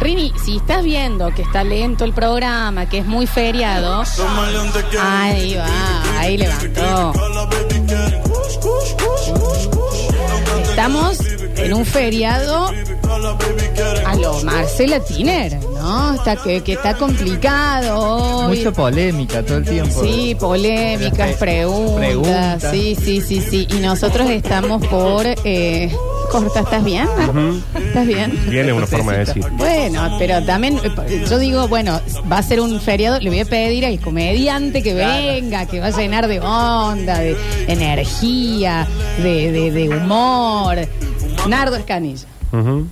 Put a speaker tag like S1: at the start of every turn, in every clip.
S1: Rini, si estás viendo que está lento el programa, que es muy feriado, ahí va, ahí levantó. Estamos en un feriado a lo Marcela Tiner, ¿no? Está que, que está complicado. hoy.
S2: Mucha polémica todo el tiempo.
S1: Sí, polémicas,
S2: Las pre-
S1: preguntas,
S2: preguntas.
S1: Sí, sí, sí, sí. Y nosotros estamos por. Eh, corta, ¿estás bien? ¿Estás bien?
S3: Tiene una forma de decir.
S1: Bueno, pero también eh, yo digo, bueno, va a ser un feriado, le voy a pedir al comediante que venga, que va a llenar de onda, de energía, de, de- de humor. Nardo Escanilla.
S3: Ujú.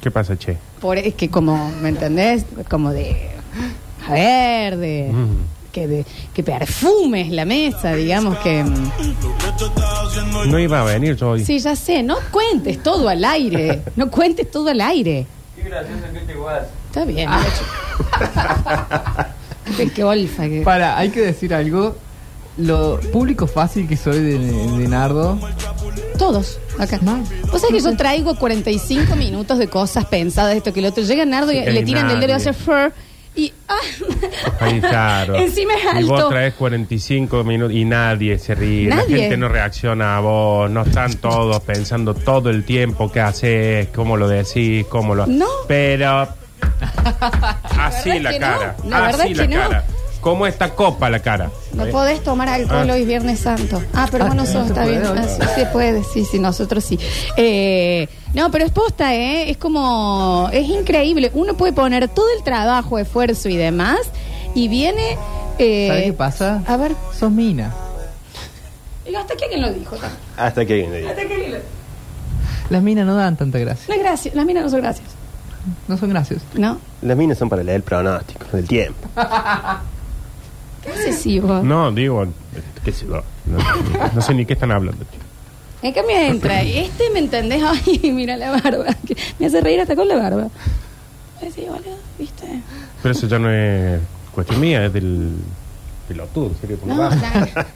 S3: ¿Qué pasa, che?
S1: Por, es que como, ¿me entendés? Como de, a ver, de,
S3: Mm.
S1: que, de- que perfumes la mesa, digamos que... mm,
S3: No iba a venir yo hoy.
S1: Sí, ya sé, no cuentes todo al aire, no cuentes todo al aire. Qué gracioso que te vas. Está bien, Nacho. Qué olfa que...
S2: Para, hay que decir algo. Lo público fácil que soy de, de Nardo.
S1: Todos, acá. O sea que yo traigo 45 minutos de cosas pensadas, esto que el otro. Llega Nardo y
S3: Sí, que
S1: le
S3: hay
S1: tiran del dedo y
S3: nadie.
S1: hace fur. Y. ah,
S3: Ahí, claro.
S1: Encima es
S3: Y vos
S1: alto.
S3: traes 45 minutos y nadie se ríe.
S1: Nadie.
S3: La gente no reacciona a vos. No están todos pensando todo el tiempo qué haces, cómo lo decís, cómo lo.
S1: No.
S3: Pero. Así
S1: verdad
S3: la
S1: es que
S3: cara.
S1: no. La verdad
S3: así
S1: es
S3: la
S1: que no.
S3: cara. Como esta copa la cara.
S1: No podés tomar alcohol
S3: Ah.
S1: hoy Viernes Santo. Ah, pero vos no sos, está bien. Ah, sí, se puede, sí, sí, nosotros sí. Eh, no, pero es posta, ¿eh? Es como, es increíble. Uno puede poner todo el trabajo, esfuerzo y demás, y viene... Eh,
S2: ¿Sabes qué pasa?
S1: A ver.
S2: Sos mina.
S1: Digo, hasta que alguien lo dijo. Hasta
S4: Hasta que alguien le diga.
S1: que alguien lo-
S2: Las minas no dan tanta gracia.
S1: No es gracia, las minas no son gracias.
S2: No son gracias.
S1: ¿No?
S4: Las minas son para leer el pronóstico del tiempo.
S1: ¿Qué haces, sí, vos?
S3: No, digo. eh, qué sé yo. No, no sé ni qué están hablando.
S1: En cambio entra, este, ¿me entendés? Ay, mira la barba. que me hace reír hasta con la barba. Ay, sí, boludo, ¿viste?
S3: Pero eso ya no es cuestión mía, es del. Pelotudo, se ríe por una
S1: No,
S3: barba.
S1: nada.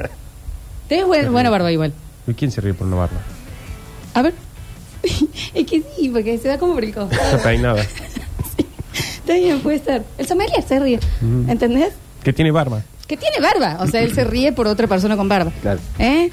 S1: Tenés buen- buena barba igual.
S3: ¿Y quién se ríe por una barba?
S1: A ver. es que sí, porque se da como por el costado.
S3: Está peinada.
S1: Está bien, puede ser. El sommelier se ríe. ¿Entendés?
S3: ¿Qué tiene barba?
S1: Que tiene barba. O sea, él se ríe por otra persona con barba.
S4: Claro.
S1: ¿Eh?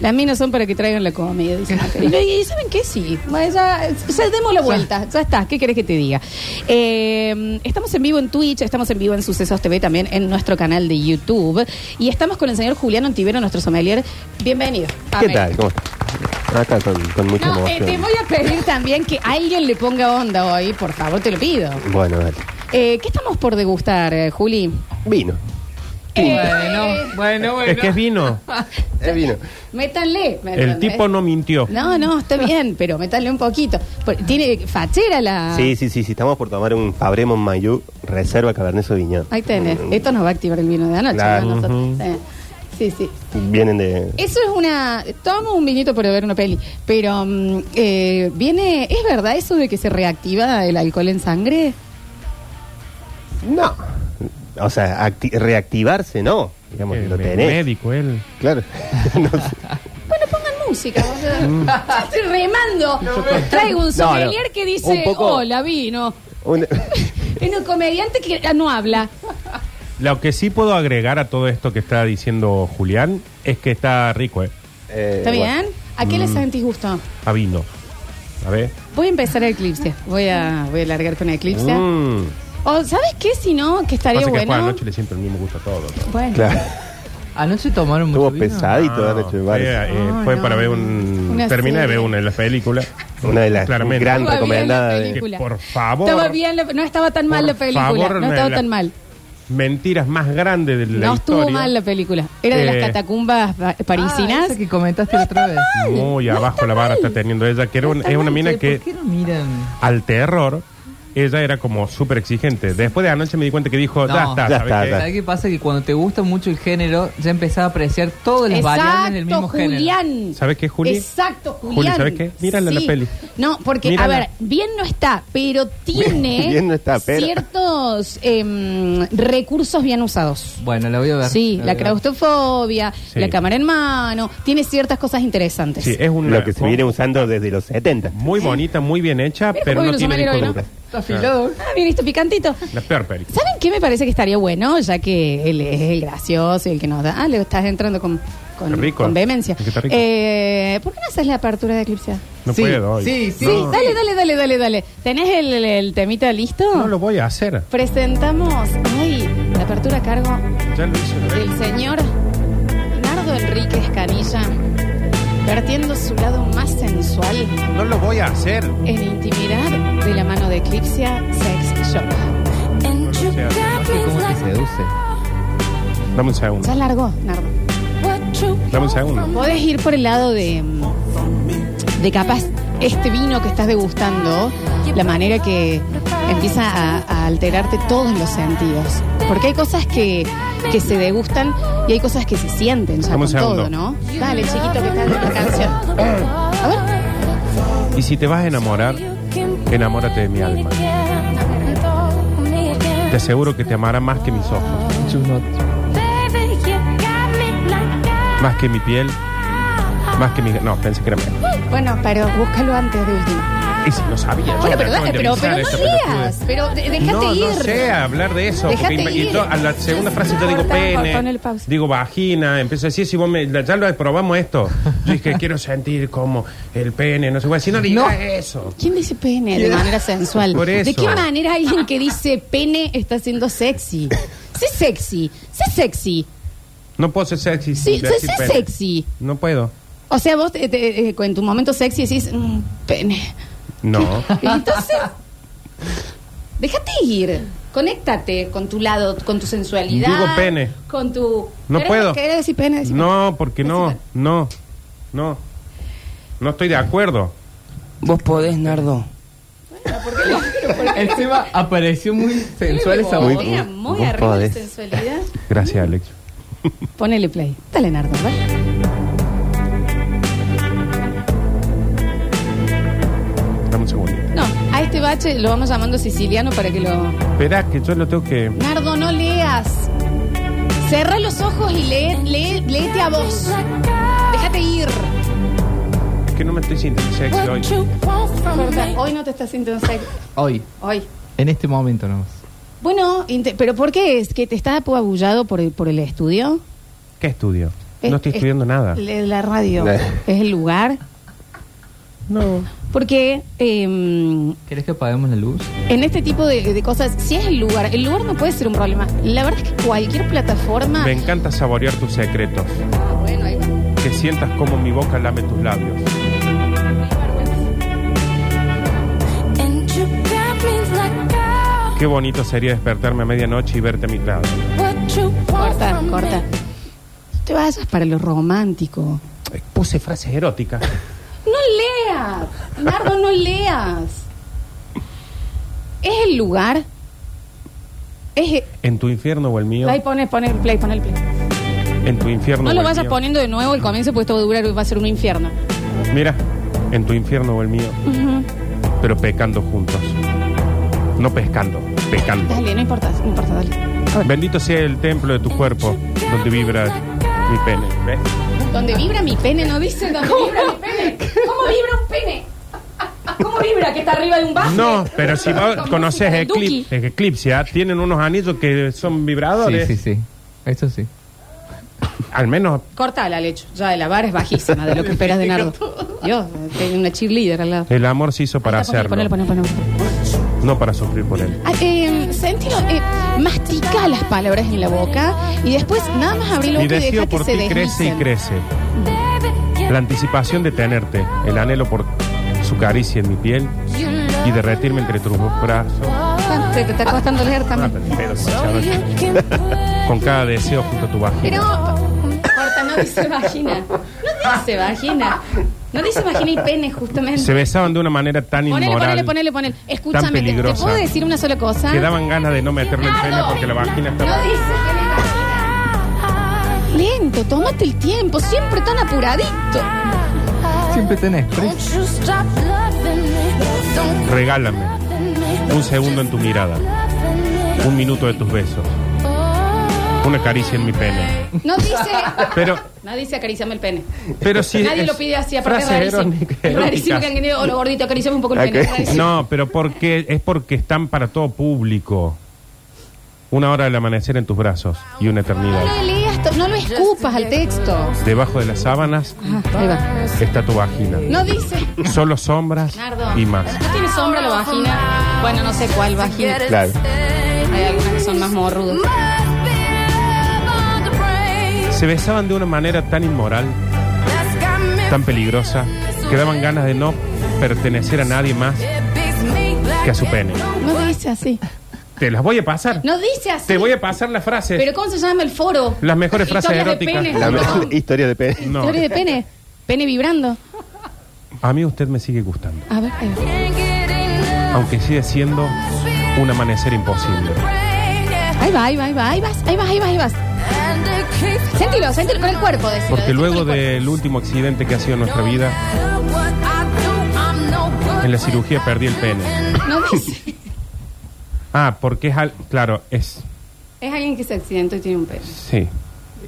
S1: Las minas son para que traigan la comida, dice Macri. Y yo, Y, ¿saben qué? Sí. Bueno, ya, ya demos la vuelta. Ya está. ¿Qué querés que te diga? Eh, estamos en vivo en Twitch, estamos en vivo en Sucesos TV, también en nuestro canal de YouTube. Y estamos con el señor Julián Ontivero, nuestro sommelier. Bienvenido.
S4: ¿Qué
S1: Amén.
S4: tal? ¿Cómo estás? Acá con, con mucha
S1: No, eh,
S4: emoción.
S1: te voy a pedir también que alguien le ponga onda hoy, por favor, te lo pido.
S4: Bueno, dale.
S1: Eh, ¿Qué estamos por degustar, eh, Juli?
S4: Vino.
S1: Eh,
S2: bueno,
S3: Es que es vino.
S4: Es vino.
S1: métanle. ¿me
S3: El
S1: entendés?
S3: tipo no mintió.
S1: No, no, está bien, pero métanle un poquito. Por- Tiene fachera la...
S4: Sí, sí, sí, sí. Estamos por tomar un Fabremont Mayú Reserva Cabernet Sauvignon.
S1: Ahí tenés.
S4: Mm,
S1: Esto nos va a activar el vino de anoche.
S4: Claro.
S1: ¿no? Nosotros- eh, Sí, sí.
S4: mm, Vienen de...
S1: Eso es una... Tomamos un vinito para ver una peli, pero mm, eh, viene... ¿Es verdad eso de que se reactiva el alcohol en sangre?
S4: No. O sea, acti- reactivarse no. Digamos,
S3: El
S4: lo
S3: Eh, me-
S4: tenés.
S3: médico, él.
S4: Claro. No sé.
S1: Bueno, pongan música. o sea, yo estoy remando. Traigo un sommelier
S4: No, no.
S1: que dice,
S4: Un poco-
S1: hola, vino.
S4: Una-
S1: Es un comediante que ah, no habla.
S3: Lo que sí puedo agregar a todo esto que está diciendo Julián es que está rico, ¿eh?
S4: Eh,
S1: ¿Está
S4: bueno.
S1: bien? ¿A qué le
S3: Mm.
S1: sentís gusto?
S3: A vino. A ver.
S1: Voy a empezar Eclipse. Voy a, voy a largar con Eclipse.
S3: Mm.
S1: O, ¿sabes qué? Si no, que estaría
S3: Pasa que Juan
S1: bueno.
S3: anoche le siento el mismo gusto a todos. ¿no?
S1: Bueno,
S4: Claro.
S2: Anoche tomaron mucho
S4: Estuvo
S2: vino. Ah,
S4: pesadito
S3: No,
S4: anoche, me parece.
S3: eh, eh,
S2: Ay,
S3: fue
S2: no.
S3: para ver un.
S1: Una
S3: terminé de ver
S1: serie.
S3: una de las películas.
S4: Una de las
S3: Claramente.
S4: gran
S1: Estaba bien la
S4: recomendada. de-
S1: película.
S3: Que, por favor.
S1: estaba bien, la- no estaba tan mal
S3: Por
S1: la película.
S3: favor,
S1: no estaba
S3: la-
S1: tan mal.
S3: Mentiras más grandes de la
S1: No
S3: historia.
S1: estuvo mal la película. Era de
S3: Eh,
S1: las catacumbas pa-
S2: Ah,
S1: parisinas.
S2: esa que comentaste la otra vez.
S3: Muy abajo la vara está teniendo ella, que era un- es una mina
S2: Che,
S3: que
S2: ¿Por qué no miran?
S3: al terror, ella era como súper exigente. Después de anoche me di cuenta que dijo, ya
S2: No.
S3: está,
S4: Ya
S3: ¿sabes
S4: está,
S3: qué?
S4: ya.
S2: ¿Sabes qué pasa? Que cuando te gusta mucho el género, ya empezás a apreciar todas las variables del
S1: Exacto,
S2: mismo género.
S1: Julián.
S3: ¿Sabes qué, Juli?
S1: Exacto, Julián.
S3: Juli, ¿sabes qué? Mírala la peli.
S1: No, porque,
S3: Mírala.
S1: a ver, bien no está, pero tiene
S4: Bien no está, pero.
S1: ciertos em, recursos bien usados.
S2: Bueno, la voy a ver.
S1: Sí, la
S2: voy a ver.
S1: claustrofobia,
S3: Sí.
S1: la cámara en mano, tiene ciertas cosas interesantes.
S3: Sí, eh, es una
S4: Lo que se viene usando desde los 70.
S3: muy bonita, muy bien hecha,
S1: Mira
S3: pero
S1: cómo vino
S3: no tiene
S1: Somalia hoy,
S3: disco duro.
S2: Está afilado.
S1: Ah, bien, esto picantito.
S3: La peor película.
S1: ¿Saben qué me parece que estaría bueno? Ya que él es el gracioso y el que nos da. Ah, le estás entrando con, con,
S3: Qué rico.
S1: con vehemencia.
S3: Qué rico.
S1: Eh, ¿Por qué no haces la apertura de Eclipse?
S3: No
S2: Sí,
S3: puedo hoy.
S2: sí, sí.
S1: Sí, dale, dale, dale, dale, dale. ¿Tenés el, el temita listo?
S3: No lo voy a hacer.
S1: Presentamos. Ay, la apertura a cargo
S3: Ya lo hice. una vez.
S1: del señor Nardo Enríquez Canilla, vertiendo su lado más sensual
S3: No lo voy a hacer.
S1: en intimidad de la mano de Eclipse Sex Shop.
S5: And you
S3: Yeah.
S5: got me
S2: ¿Cómo se
S5: like
S2: seduce?
S3: Dame un segundo.
S1: Ya largó, Nardo.
S5: what you
S3: Dame un segundo.
S1: Podés ir por el lado de, mm, de capaz este vino que estás degustando, la manera que empieza a, a alterarte todos los sentidos. Porque hay cosas que, que se degustan y hay cosas que se sienten ya
S3: Dame
S1: con
S3: un
S1: todo,
S3: segundo.
S1: ¿no? Dale, chiquito, que está en la canción. A ver.
S3: Y si te vas a enamorar, Ah, enamórate de mi alma. Te aseguro que te amará más que mis ojos,
S2: Chusnot.
S5: Baby, you got me like I-
S3: más que mi piel, más que mi. No, pensé que era mejor.
S1: Bueno, pero búscalo antes de último.
S3: Y si lo sabía.
S1: Bueno,
S3: yo
S1: pero
S3: me acabo
S1: dale,
S3: de
S1: pero,
S3: avisar
S1: pero
S3: esta
S1: no
S3: pelotudez.
S1: leas. Pero de- dejate
S3: no,
S1: ir.
S3: no sé hablar de eso.
S1: Dejate
S3: porque
S1: ir.
S3: y to- a la segunda frase yo digo
S1: Corta, ponle
S3: pene,
S1: pausa.
S3: digo vagina, empiezo a decir si vos me, ya lo probamos esto. Yo dije, quiero sentir como el pene, no sé qué. Si no digas eso.
S1: ¿Quién dice pene de manera sensual?
S3: Por eso.
S1: ¿De qué manera alguien que dice pene está siendo sexy? Sé sexy, sé sexy.
S3: No puedo ser sexy.
S1: Sí,
S3: sin
S1: sé,
S3: decir
S1: sé
S3: pene.
S1: sexy.
S3: No puedo.
S1: O sea, vos eh, te- eh, en tu momento sexy decís mm, pene.
S3: No.
S1: Entonces, déjate ir. Conéctate con tu lado, con tu sensualidad.
S3: Digo pene.
S1: Con tu.
S3: No
S1: ¿Querés-
S3: puedo.
S1: ¿Querés decir pene? Decí
S3: No, porque no,
S1: Decime.
S3: no, no. No estoy de acuerdo.
S6: Vos podés, Nardo.
S2: El tema apareció muy sensual esa
S1: Muy,
S2: voz.
S4: Muy-
S1: muy,
S4: vos
S1: arriba
S4: podés.
S1: de sensualidad.
S3: Gracias, Alex.
S1: Ponele play. Dale, Nardo, ¿vale?
S3: Dame un segundo.
S1: No, a este bache lo vamos llamando siciliano para que lo.
S3: Esperá que yo lo tengo que.
S1: Nardo, no leas. Cerra los ojos y lee, lee, léete a vos.
S5: like I-
S1: Déjate ir.
S3: Es que no me estoy sintiendo sexy hoy.
S5: What you want from
S1: Corta.
S5: me.
S1: Hoy no te estás sintiendo sexy.
S2: Hoy,
S1: Hoy.
S2: en este momento nomás.
S1: Bueno, inte- pero ¿por qué es que te estás apabullado por el, por el estudio?
S3: ¿Qué estudio?
S1: Es-
S3: No estoy
S1: es-
S3: estudiando nada.
S1: le- La radio
S4: Eh.
S1: es el lugar.
S3: No.
S1: Porque eh, en
S2: ¿Querés que apaguemos la luz?
S1: este tipo de, de cosas, si es el lugar, el lugar no puede ser un problema. La verdad es que cualquier plataforma.
S3: Me encanta saborear tus secretos.
S1: Ah, bueno, ahí va.
S3: Que sientas como mi boca lame tus labios.
S5: And you got me like I-
S3: Qué bonito sería despertarme a medianoche y verte a mi lado.
S5: what you want
S1: Corta,
S5: from me.
S1: corta. No Te vayas para lo romántico.
S3: Eh, Puse frases eróticas.
S1: No leas, Nardo, no leas. Es el lugar. Es el-
S3: En tu infierno o el mío.
S1: Play, pone, pone el play, pone el play.
S3: En tu infierno
S1: No
S3: o
S1: lo
S3: el
S1: vayas
S3: mío.
S1: poniendo de nuevo el comienzo, porque esto va a durar, va a ser un infierno.
S3: Mira, en tu infierno o el mío. Pero pecando juntos. No pescando, pecando.
S1: Dale, no importa, no importa, dale. A ver.
S3: Bendito sea el templo de tu cuerpo, donde vibra mi pene. ¿Ves?
S1: Donde vibra mi pene, no dice donde vibra mi pene. ¿Cómo vibra un pene? ¿Cómo vibra que está arriba de un vaso?
S3: No, pero si vos
S1: Con
S3: conoces
S1: música del Duki.
S3: Eclip- Eclipse, ¿ah? tienen unos anillos que son
S2: Sí,
S3: vibradores.
S2: sí, sí. Eso sí.
S3: Al menos
S1: Corta la leche, ya la vara es bajísima de lo que esperas de Nardo. Dios, tengo una cheerleader al lado.
S3: el amor se hizo para
S1: Ahí está,
S3: hacerlo,
S1: ponelo, ponelo, ponelo, ponelo.
S3: no para sufrir por él.
S1: Ah, eh, sentilo, eh, mastica las palabras en la boca y después nada más abrí la
S3: Mi
S1: boca y deja
S3: deseo
S1: que
S3: por
S1: se
S3: ti crece y
S1: deslicen.
S3: crece.
S5: Baby, you
S3: La anticipación de tenerte, el anhelo por su caricia en mi piel y derretirme entre tus brazos.
S1: Ah, Te, te está costando leer
S3: Ah,
S1: también.
S3: pero demasiado. Con cada deseo junto a tu
S1: Pero,
S3: vagina.
S1: corta, no dice vagina. No dice vagina. No dice vagina y pene, justamente.
S3: Se besaban de una manera tan
S1: Ponele,
S3: inmoral,
S1: ponele, ponele, ponele.
S3: tan
S1: Escúchame, ¿te, te
S3: peligrosa,
S1: puedo decir una sola cosa?
S3: que daban ganas de no meterle el pene porque la vagina estaba...
S1: No dice que le- Lento, tómate el tiempo, siempre tan apuradito.
S2: Siempre tenés prisa.
S5: Don't you stop loving me. Don't you
S3: Regálame
S5: loving me.
S3: un segundo en tu mirada,
S5: Loving me.
S3: un minuto de tus besos,
S5: Oh.
S3: Una caricia en mi pene.
S1: No dice.
S3: Pero-
S1: Nadie dice acariciame el pene.
S3: Pero si
S1: Nadie
S3: es-
S1: lo pide así, aparte es
S3: frases
S1: rarísimo.
S3: erónica-
S1: Es rarísimo que han
S3: eróticas.
S1: venido, o lo gordito, acariciame un poco el
S4: Ah,
S1: pene.
S4: ¿qué?
S1: es rarísimo.
S3: No, pero porque es porque están para todo público. Una hora del amanecer en tus brazos y una eternidad.
S1: No lo leas, to- no lo escupas al texto.
S3: Debajo de las sábanas
S1: Ah, ahí va.
S3: está tu vagina.
S1: No dice.
S3: Solo sombras
S1: Nardo.
S3: y más.
S1: ¿No tiene sombra la vagina? Bueno, no sé cuál vagina.
S4: Claro.
S1: Hay algunas que son más morrudas.
S3: Se besaban de una manera tan inmoral, tan peligrosa, que daban ganas de no pertenecer a nadie más que a su pene.
S1: No dice así.
S3: Te las voy a pasar.
S1: No dice así.
S3: Te voy a pasar las frases.
S1: Pero ¿cómo se llama el foro?
S3: Las mejores
S1: Historias
S3: frases
S1: de
S3: eróticas.
S1: pene.
S4: La
S1: No.
S4: mejor historia de pene.
S3: No.
S1: Historia de pene. Pene vibrando.
S3: A mí usted me sigue gustando,
S1: A ver, ahí va.
S3: aunque sigue siendo un amanecer imposible.
S1: Ahí va, ahí va, ahí va, ahí vas, ahí vas, ahí vas, ahí vas. Sentilo, sentilo con el cuerpo, decilo,
S3: Porque
S1: decilo
S3: luego
S1: con el cuerpo.
S3: del último accidente que ha sido en nuestra vida, en la cirugía perdí el pene.
S1: No dice.
S3: Ah, porque es al... Claro, es...
S1: Es alguien que se accidentó y tiene un pene.
S3: Sí.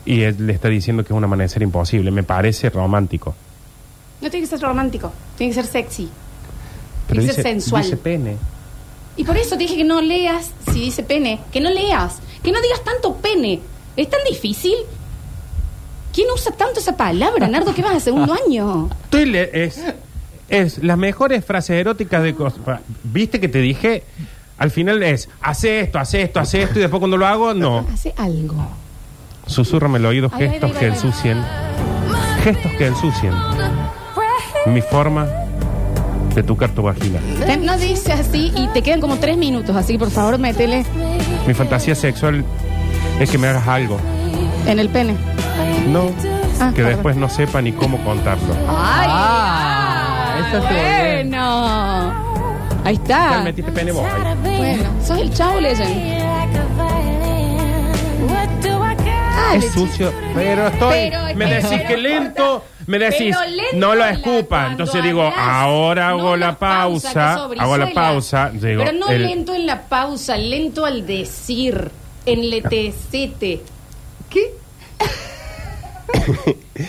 S3: Y él le está diciendo que es un amanecer imposible. Me parece romántico.
S1: No tiene que ser romántico, tiene que ser sexy.
S3: Pero
S1: Dice
S3: dice,
S1: sensual.
S3: dice pene.
S1: Y por eso te dije que no leas si dice pene, que no leas, que no digas tanto pene. ¿Es tan difícil? ¿Quién usa tanto esa palabra, Nardo? ¿Qué vas a segundo año?
S3: Estoy le- es, es las mejores frases eróticas de cos- fa- ¿Viste que te dije? Al final es, hace esto, hace esto, hace esto, y después cuando lo hago, no.
S1: Hace algo.
S3: Susúrrame el oído,
S1: Ay, ay,
S3: gestos
S1: ay,
S3: que
S1: ay,
S3: ensucien. Gestos que ensucien. Mi forma de tocar tu vagina.
S1: Te- No dice así y te quedan como tres minutos, así que por favor métele
S3: Mi fantasía sexual es que me hagas algo.
S1: en el pene.
S3: No,
S1: Ah,
S3: que
S1: perdón.
S3: después no sepa ni cómo contarlo.
S1: ¡Ay!
S2: Ah,
S1: ay,
S2: esa estuvo bien.
S1: bueno. Ahí
S3: Ya
S1: está.
S3: metiste pene vos ahí.
S1: Bueno, sos el chavo legend. Ah,
S3: Es sucio, pero estoy.
S1: Pero es
S3: me
S1: que-
S3: decís
S1: pero
S3: que lento, me decís
S1: Pero lento
S3: no lo
S1: la-
S3: escupa.
S1: cuando
S3: Entonces digo,
S1: hablas,
S3: ahora hago
S1: no
S3: la pausa,
S1: que
S3: hago la
S1: sobrisuela.
S3: pausa. Digo,
S1: pero no
S3: el-
S1: lento en la pausa, lento al decir, en letecete. ¿Qué?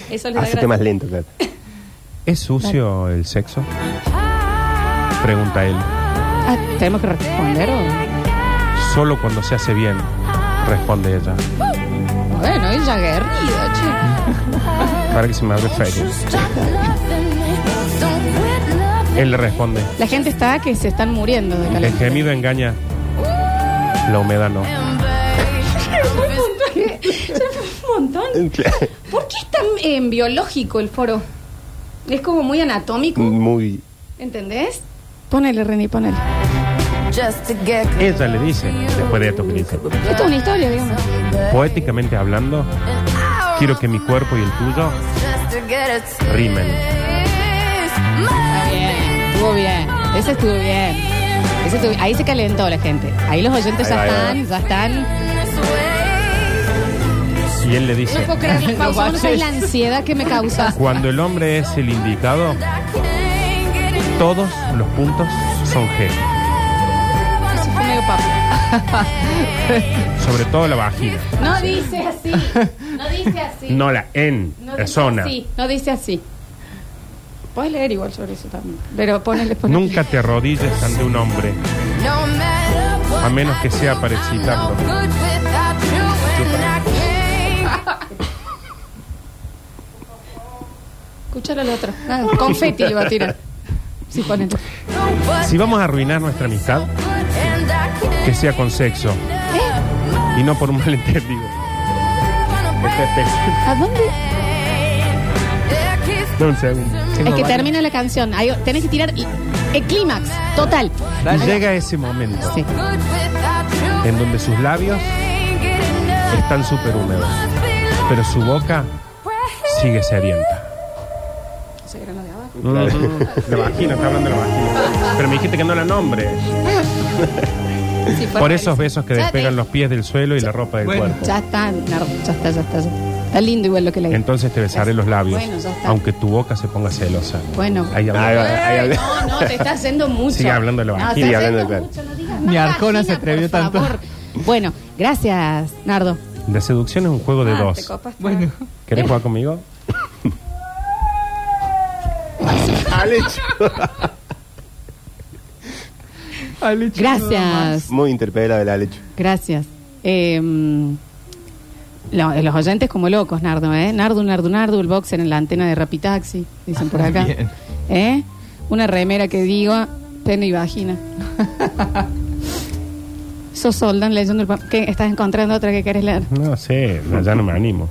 S1: Eso les da
S4: Hacete
S1: gracia.
S4: más lento, claro.
S3: ¿Es sucio el sexo? Pregunta él.
S1: Ah, ¿Tenemos que responder o...?
S3: Solo cuando se hace bien, responde ella.
S1: Bueno, ella guerrida, che.
S3: Para que se me abre Facebook. Él le responde.
S1: La gente está que se están muriendo de
S3: El
S1: calor.
S3: gemido engaña. La humedad no.
S1: un montón. ¿Por qué es tan eh, biológico el foro? Es como muy anatómico,
S4: Muy.
S1: ¿entendés? Ponele, René, ponele.
S3: Ella le dice, después de esto que dice,
S1: Esto es una historia, digamos.
S3: poéticamente hablando, quiero que mi cuerpo y el tuyo rimen.
S1: Estuvo bien, ese estuvo bien. Ese estuvo- Ahí se calentó la gente. Ahí los oyentes ya
S4: Ahí va, ahí va.
S1: están, ya están.
S3: Y él le
S1: No
S3: dice,
S1: puedo creer mi pausa, vos no
S2: baches.
S1: sabés la ansiedad que me causa.
S3: cuando el hombre es el indicado, todos los puntos son G,
S1: Eso fue medio papo.
S3: sobre todo la vagina,
S1: No dice así, no dice así.
S3: no la en,
S1: No
S3: la
S1: dice
S3: zona.
S1: así, no dice así. Puedes leer igual sobre eso también. Pero ponele, ponele.
S3: Nunca te arrodilles ante un hombre, a menos que sea para excitarlo.
S1: Escúchalo al otro. Ah, confeti le va a tirar. Sí, ponele.
S3: Si vamos a arruinar nuestra amistad, que sea con sexo
S1: ¿Eh?
S3: y no por un malentendido. Esta especie.
S1: ¿A dónde?
S3: Dame un segundo.
S1: Es que termina la canción. Ahí, tenés que tirar y- el clímax total.
S3: Y llega ese momento
S1: Sí.
S3: en donde sus labios están súper húmedos, pero su boca sigue sedienta. Mm.
S1: Ese grano de abajo.
S3: La vagina, está hablando de la vagina. Pero me dijiste que no la nombre.
S1: Sí, fue
S3: Por
S1: rarísimo.
S3: esos besos que
S1: Ya
S3: despegan
S1: te-
S3: los pies del suelo y la ropa del
S2: Bueno.
S3: cuerpo.
S1: Ya está, Nardo, ya está, ya está. ya está. Está lindo igual lo que le dije.
S3: Entonces te besaré los labios,
S1: Bueno, ya está.
S3: aunque tu boca se ponga celosa.
S1: Bueno.
S3: Ahí hablando.
S4: Ahí va.
S1: Ay, no, no, te está haciendo mucho.
S3: Sigue hablando de la
S1: No,
S3: vagina.
S1: te
S4: Sigue
S1: está
S4: hablando
S1: haciendo
S4: de
S1: mucho,
S4: la-
S1: no digas
S2: Ni
S1: más
S2: Arjona se
S1: vagina,
S2: atrevió
S1: por
S2: tanto.
S1: favor. Bueno, gracias, Nardo.
S3: La seducción es un juego de
S1: Ah, te
S3: dos.
S1: copaste.
S2: Bueno,
S3: ¿Querés jugar conmigo?
S4: Alex.
S2: Alex.
S1: Gracias,
S4: Muy interpelado el Alex.
S1: gracias. Eh, lo- los oyentes como locos, Nardo, ¿eh? Nardo, Nardo, Nardo, el boxer en la antena de Rapitaxi, dicen por acá.
S2: Bien.
S1: ¿Eh? Una remera que diga pene y vagina. Sos Soldan leyendo el... pa- ¿Qué? ¿Estás encontrando otra que querés leer?
S3: No sé, no, ya no me animo.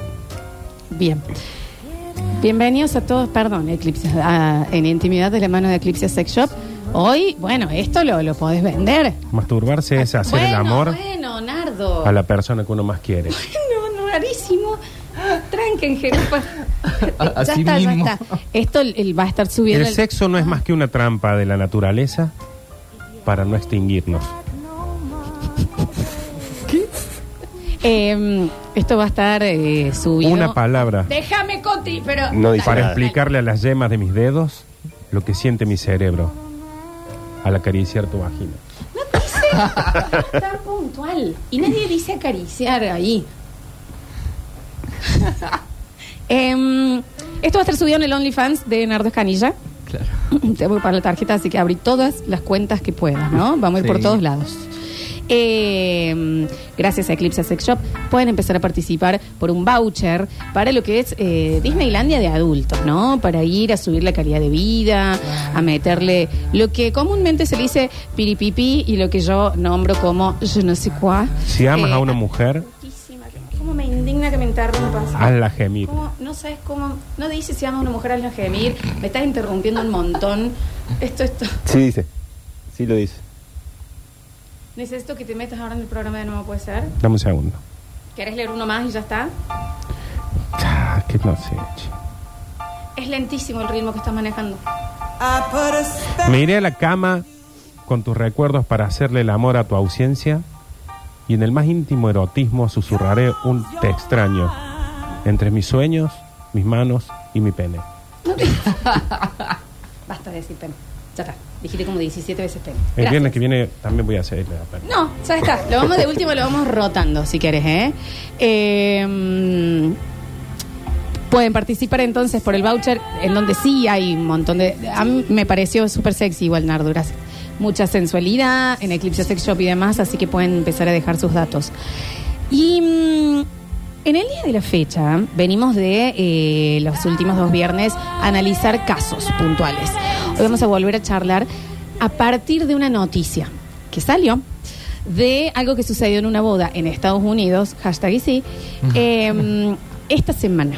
S1: Bien. Bienvenidos a todos, perdón, Eclipse, a- en Intimidad de la mano de Eclipse Sex Shop. Hoy, bueno, esto lo, lo podés vender.
S3: Masturbarse es hacer el
S1: Ah, Bueno,
S3: amor
S1: Bueno, Nardo.
S3: a la persona que uno más quiere.
S1: No, no, rarísimo. Tranquen, jerupa. ya
S2: Así
S1: está,
S2: mismo.
S1: ya está. Esto el- el va a estar subiendo.
S3: El sexo no es más que una trampa de la naturaleza para no extinguirnos.
S1: Eh, esto va a estar eh, subido.
S3: Una palabra
S1: Déjame, Coti, pero.
S4: No dice
S3: para
S4: nada.
S3: explicarle a las yemas de mis dedos lo que siente mi cerebro al acariciar tu vagina.
S1: No dice. Está puntual. Y nadie dice acariciar ahí. Em, esto va a estar subido en el OnlyFans de Nardo Escanilla.
S2: Claro.
S1: Te voy para la tarjeta, así que abrí todas las cuentas que puedas, ¿no? Vamos a ir por
S2: Sí.
S1: todos lados. Eh, gracias a Eclipse Sex Shop pueden empezar a participar por un voucher para lo que es eh, Disneylandia de adultos, ¿no? Para ir a subir la calidad de vida, a meterle lo que comúnmente se le dice piripipi y lo que yo nombro como je no sé quoi.
S3: Si amas
S1: Eh,
S3: a una mujer,
S1: Putísima, ¿Cómo me indigna que me interrumpas?
S3: hazla gemir.
S1: ¿Cómo? No sabes cómo. No dices si amas a una mujer al gemir. Me estás interrumpiendo un montón. Esto, esto.
S4: Sí dice. Sí lo dice.
S1: Necesito que te metas ahora en el programa de nuevo, ¿puede ser?
S3: Dame un segundo.
S1: ¿Querés leer uno más y ya está?
S3: Ah, que no sé, che.
S1: Es lentísimo el ritmo que estás manejando.
S3: Me iré a la cama con tus recuerdos para hacerle el amor a tu ausencia y en el más íntimo erotismo susurraré un te extraño entre mis sueños, mis manos y mi pene.
S1: Basta de decir pene. Ya está. Dijiste como 17 veces pene.
S3: El
S1: Gracias.
S3: viernes que viene también voy a hacer la pene.
S1: No, ya está. Lo vamos de último, lo vamos rotando, si querés, ¿eh? Eh, mm, Pueden participar entonces por el voucher, en donde sí hay un montón de... A mí me pareció súper sexy igual, Nardo, gracias. Mucha sensualidad en Eclipse Sex Shop y demás, así que pueden empezar a dejar sus datos. Y mm, en el día de la fecha venimos de eh, los últimos dos viernes a analizar casos puntuales. Hoy vamos a volver a charlar a partir de una noticia que salió de algo que sucedió en una boda en Estados Unidos, hashtag y sí, eh, esta semana.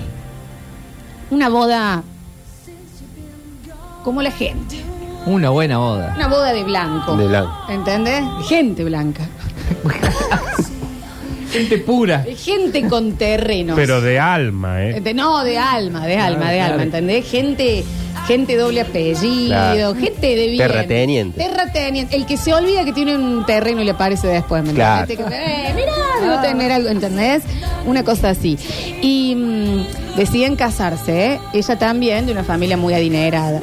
S1: Una boda como la gente.
S2: Una buena boda.
S1: Una boda de blanco.
S4: De blanco.
S1: ¿Entendés? Gente blanca.
S2: Gente pura.
S1: Gente con terrenos.
S3: Pero de alma, ¿eh?
S1: De- no, de alma, de alma, de
S2: claro.
S1: alma, ¿entendés? Gente, gente doble apellido,
S4: Claro.
S1: gente de bien.
S4: Terrateniente.
S1: Terrateniente. El que se olvida que tiene un terreno y le aparece después, ¿me
S4: Claro.
S1: entendés? Este que, eh, mirá, debo tener algo, ¿entendés? Una cosa así. Y mm, deciden casarse, ¿eh? Ella también, de una familia muy adinerada.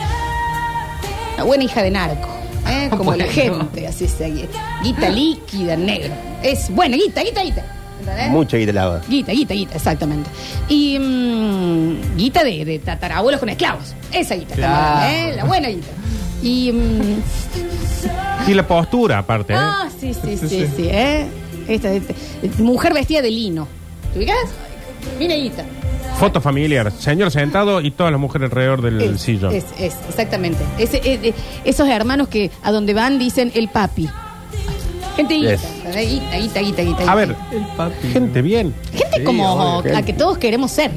S1: Una buena hija de narco. ¿eh? Como la
S2: Bueno.
S1: gente, así se Guita líquida, negro. Es buena, guita, guita, guita. ¿Entendés?
S4: Mucha guita lava.
S1: Guita, guita, guita, exactamente. Y mm, guita de, de tatarabuelos con esclavos. Esa guita, está
S2: Claro.
S1: mal, ¿eh? la buena guita. Y. mm,
S3: Y la postura, aparte, ¿eh?
S1: Ah, sí, sí, sí, sí, ¿eh? Esta, esta, mujer vestida de lino. ¿Te ubicas? Mira, guita.
S3: Foto familiar, señor sentado y todas las mujeres alrededor del
S1: Es,
S3: sillón.
S1: es, es, exactamente. Ese- es- es- esos hermanos que a donde van dicen el papi. Gente guita,
S4: Yes.
S1: ¿eh? guita, guita, guita, guita.
S3: A ver,
S2: El papi.
S3: gente bien.
S1: Gente
S2: Sí,
S1: como
S2: obvio,
S1: la que todos queremos ser.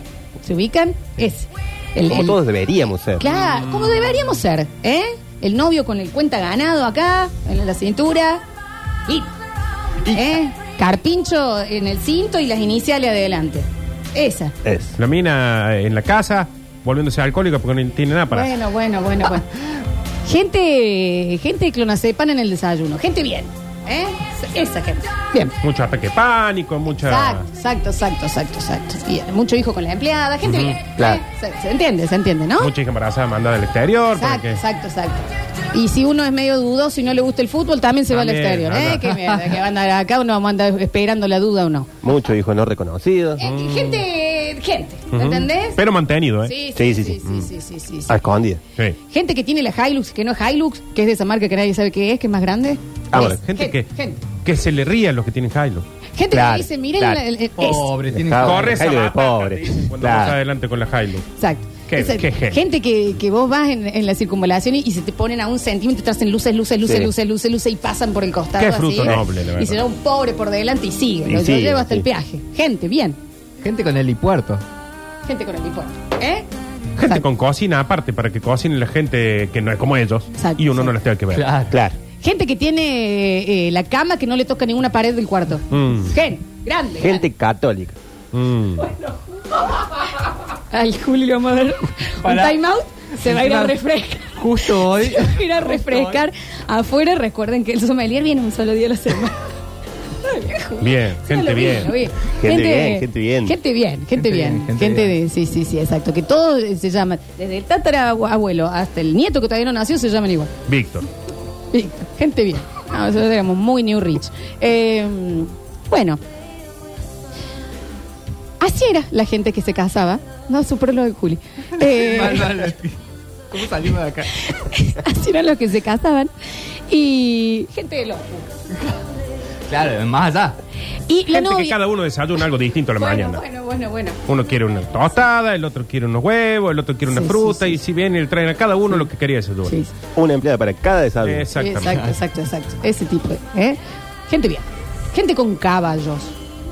S1: ¿Se ubican? Es. El,
S4: Como
S1: el-
S4: todos deberíamos ser.
S1: Claro, como deberíamos ser, ¿eh? El novio con el cuenta ganado acá, en la cintura. Y. ¿eh? Carpincho en el cinto y las iniciales adelante. Esa.
S4: Es.
S3: La mina eh, en la casa, volviéndose alcohólica porque no tiene nada para
S1: Bueno, bueno, bueno, bueno. Gente, gente de clonazepam en el desayuno. Gente bien.
S7: ¿Eh? Esa gente. Bien.
S3: Mucho ataque de pánico, mucha.
S7: Exacto, exacto, exacto, exacto, exacto. Y mucho hijo con la empleada, gente bien. ¿eh?
S8: claro.
S7: Se, se entiende, se entiende, ¿no?
S3: Mucha hija embarazada mandada al exterior.
S7: ¿Ah? Exacto,
S3: porque-
S7: exacto, exacto. Y si uno es medio dudoso y no le gusta el fútbol, también se va al
S3: También,
S7: exterior.
S3: no,
S7: ¿eh?
S3: no.
S7: Qué mierda, que van a andar acá, uno va a andar esperando la duda o no.
S4: Mucho hijo no reconocido.
S7: Eh, Gente, gente, ¿me
S3: Mm. Ujú.
S7: ¿entendés?
S3: Mm. Pero mantenido, ¿eh?
S7: sí,
S4: Sí,
S7: sí, sí,
S4: sí, sí.
S7: sí, sí, sí, sí, sí, sí.
S3: Ah.
S4: A escondidas.
S3: Sí.
S7: Gente que tiene la Hilux, que no es Hilux, que es de esa marca que nadie sabe qué es, que es más grande.
S4: Ahora,
S7: Es-
S3: Ah, Gente que,
S7: Ah, Gente,
S3: que se le ría a los que tienen Hilo.
S7: gente
S4: Claro,
S7: que dice, miren
S4: claro.
S7: la- el- el- es-
S3: Oh,
S2: Pobre, tiene
S4: Dejado. Ah,
S3: Corre
S4: bueno,
S3: esa
S4: Hilo de
S3: batata,
S4: pobre.
S3: te dicen cuando
S4: Claro.
S3: vas adelante con la Hilo.
S7: Exacto.
S3: Qué-
S7: Esa-
S3: qué gente.
S7: gente que, que vos vas en, en la circunvalación y, y se te ponen a un centímetro y te hacen luces, luces, luces,
S4: Sí.
S7: luces, luces, luces y pasan por el costado.
S3: Qué fruto
S7: así,
S3: noble, la
S7: Y
S3: verdad.
S7: se da un pobre por delante y sigue.
S4: Y
S7: lo, lo
S4: sigue,
S7: lleva hasta el
S4: sí.
S7: peaje. Gente, bien.
S2: Gente con helipuerto.
S7: Gente con el hipote. ¿Eh?
S3: Gente con cocina aparte, para que cocinen la gente que no es como ellos.
S7: Exacto,
S3: y uno no
S7: exacto.
S3: les tenga que ver.
S2: Claro.
S4: Claro.
S7: Gente que tiene eh, la cama que no le toca ninguna pared del cuarto.
S3: Mm.
S7: Gente, grande.
S4: Gente católica.
S3: Mm.
S7: grande. Ay, Julio, vamos a ver. Un
S2: Para.
S7: time out. Se va a ir a
S2: Encima-
S7: refrescar.
S2: Justo hoy.
S7: Se va a ir a refrescar afuera. Recuerden que el sommelier viene un solo día a la semana.
S3: Bien, gente bien.
S4: Gente bien, gente bien.
S7: Gente bien, gente
S2: Gente
S7: bien.
S2: bien, gente
S7: Gente de, sí, sí, sí, exacto. Que todos eh, se llaman, desde el tatarabuelo hasta el nieto que todavía no nació, se llaman igual.
S3: Víctor.
S7: Y- Gente bien. No, nosotros éramos muy New Rich. Eh, bueno. Así era la gente que se casaba. No, superó lo de Juli. Eh,
S2: Mal, mal. ¿Cómo salimos de acá?
S7: así eran los que se casaban. Y gente de locura.
S2: Claro, más allá.
S7: Y la
S3: gente que
S7: novia.
S3: cada uno desayuna algo distinto a la
S7: bueno,
S3: mañana.
S7: bueno, bueno, bueno.
S3: Uno quiere una tostada, el otro quiere unos huevos, el otro quiere una
S7: Sí,
S3: fruta,
S7: sí, sí.
S3: y si viene, le traen a cada uno lo que quería desayunar.
S7: Sí, sí.
S4: Una empleada para cada desayuno.
S3: Exactamente.
S7: Exacto, exacto, exacto. Ese tipo. ¿eh? Gente bien. Gente con caballos.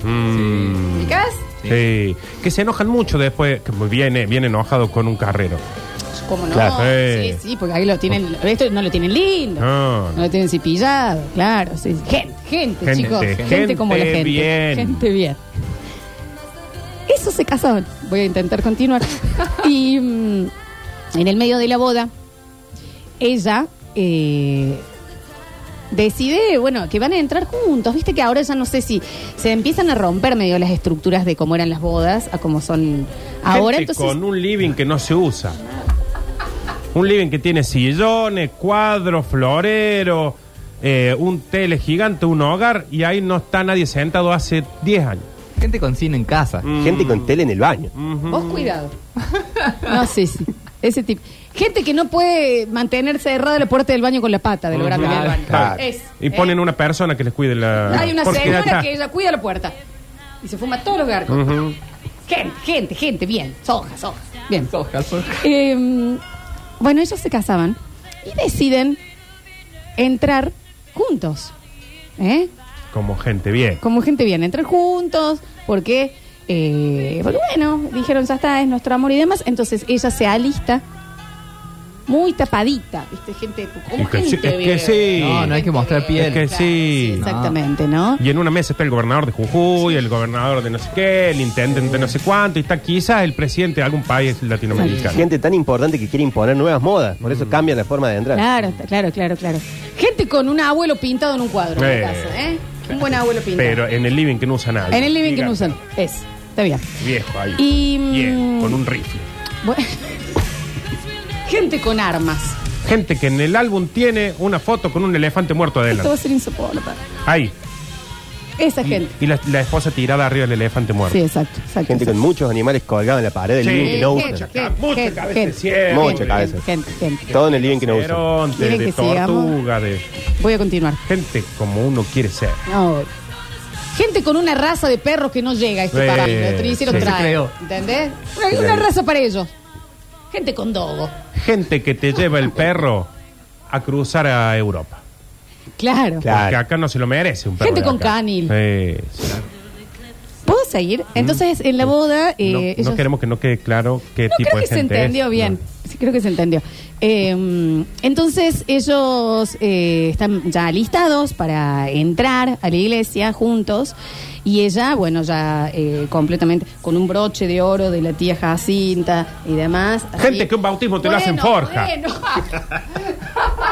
S3: Mm.
S7: ¿Ubicás?
S3: Sí. Que se enojan mucho después, que viene, viene enojado con un carrero.
S7: Pues, ¿Cómo no?
S3: Claro.
S7: Sí, sí, porque ahí lo tienen. Esto no lo tienen lindo.
S3: No,
S7: No lo tienen cepillado, claro. sí. Gente, gente,
S3: Gente,
S7: chicos. Gente,
S3: gente.
S7: como la gente.
S3: bien.
S7: Gente bien. Eso se casaban. Voy a intentar continuar. y mm, en el medio de la boda, ella eh, decide, bueno, que van a entrar juntos. Viste que ahora ya no sé si se empiezan a romper medio las estructuras de cómo eran las bodas a cómo son ahora.
S3: Gente
S7: entonces,
S3: Con un living que no se usa. Un living que tiene sillones, cuadros, florero, eh, un tele gigante, un hogar, y ahí no está nadie sentado hace 10 años.
S2: Gente con cine en casa.
S4: Gente con tele en el baño.
S7: Vos cuidado. Mm. No, sí, sí. Ese tipo. Gente que no puede mantener cerrada la puerta del baño con la pata de lo grande que es el baño.
S3: Claro.
S7: Es,
S3: y
S7: ¿eh?
S3: ponen una persona que les cuide la.
S7: Hay una
S3: porque ya
S7: señora
S3: está.
S7: que ella cuida la puerta. Y se fuma todos los garcos.
S3: Ujú.
S7: Gente, gente, gente, bien. Soja, soja. Bien.
S2: Soja, soja.
S7: Eh, bueno, ellos se casaban y deciden entrar juntos. ¿Eh?
S3: Como gente bien.
S7: como gente bien, entrar juntos, porque, eh, porque bueno, dijeron ya está, es nuestro amor y demás, entonces ella se alista muy tapadita, viste, gente, como
S3: Es que
S7: gente
S3: sí, es
S7: bien.
S3: que sí.
S2: No, no hay que mostrar piel.
S3: Es que sí.
S7: Exactamente, ¿no?
S3: Y en una mesa está el gobernador de Jujuy, el gobernador de no sé qué, el intendente de no sé cuánto, y está quizás el presidente de algún país latinoamericano.
S4: Gente tan importante que quiere imponer nuevas modas. Por eso cambian la forma de entrar.
S7: Claro, está- claro, claro, claro. Gente con un abuelo pintado en un cuadro, en
S3: Eh.
S7: la casa, ¿eh? Un buen abuelo pintado.
S3: Pero en el living que no usa nadie.
S7: en el living que
S3: Gigante.
S7: no usan, es, está bien.
S3: Viejo ahí.
S7: Y, mm,
S3: Viejo, con un rifle.
S7: Bueno. gente con armas.
S3: Gente que en el álbum tiene una foto con un elefante muerto
S7: Esto va a
S3: adelante.
S7: ser insoportable.
S3: Ahí.
S7: Esa
S3: Y,
S7: gente.
S3: y la, la esposa tirada arriba del elefante muerto.
S7: Sí, exacto, exacto.
S4: Gente con
S7: exacto.
S4: muchos animales colgados en la pared del
S3: Sí.
S4: living que no
S7: Eh, Gente,
S4: usan.
S7: gente,
S3: Mucha
S7: gente,
S3: cabeza de
S7: gente,
S3: ciego.
S7: gente,
S4: Mucha cabeza.
S7: Gente, gente, gente.
S4: Todo en el living que no usan.
S3: Ceronte,
S7: ¿Quieren
S3: de
S7: que sigamos?
S3: tortuga, de
S7: Voy a continuar.
S3: gente como uno quiere ser.
S7: No. Gente con una raza de perros que no llega a este
S3: Eh,
S7: parámetro. Te lo hicieron
S3: sí.
S7: traer,
S2: Se creó.
S7: ¿Entendés? Una, una raza para ellos. Gente con dogo.
S3: Gente que te lleva el perro a cruzar a Europa.
S7: Claro.
S4: Claro.
S3: Porque acá no se lo merece un perro.
S7: Gente
S3: de
S7: con
S3: acá.
S7: canil.
S3: Eh, sí.
S7: ¿Puedo seguir? Entonces, en la boda. eh,
S3: Mm. no, no
S7: ellos-
S3: queremos que no quede claro qué
S7: No,
S3: tipo
S7: creo
S3: de
S7: que se
S3: gente
S7: entendió
S3: es.
S7: bien. Sí, creo que se entendió. Eh, entonces, ellos eh, están ya alistados para entrar a la iglesia juntos. Y ella, bueno, ya eh, completamente con un broche de oro de la tía Jacinta y demás.
S3: Gente que un bautismo te lo hacen forja.
S7: Bueno.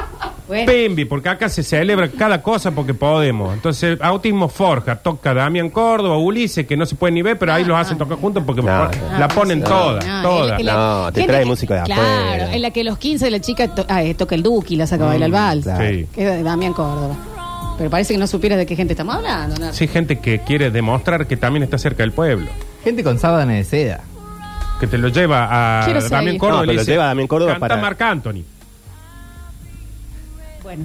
S7: Bueno.
S3: Pimbi, porque acá se celebra cada cosa porque podemos. Entonces, Autismo Forja toca Damián Córdoba, Ulises, que no se puede ni ver,
S7: Ah,
S3: pero ahí los hacen tocar juntos porque
S4: No.
S3: por- la ponen toda,
S7: No,
S3: toda.
S7: Ah, en la- en la-
S4: No, te
S7: gente
S4: trae
S7: Ah, que-
S4: músico de
S7: Claro,
S4: afuera. Mm,
S7: en la que los 15 de la chica to- ah, eh, toca el Duki y la saca a bailar vals.
S4: claro.
S3: Sí.
S7: Que es de Damián Córdoba. Pero parece que no supieras de qué gente estamos hablando. ¿no?
S3: Sí, gente que quiere demostrar que también está cerca del pueblo.
S2: Gente con sábana de seda.
S3: Que te lo lleva a
S7: Quiero seguir.
S3: Damián Córdoba.
S4: No,
S3: y
S4: pero
S3: le
S4: lo
S3: dice,
S4: lleva a Damián Córdoba
S3: Canta
S4: para-
S3: Marc Anthony.
S7: Bueno.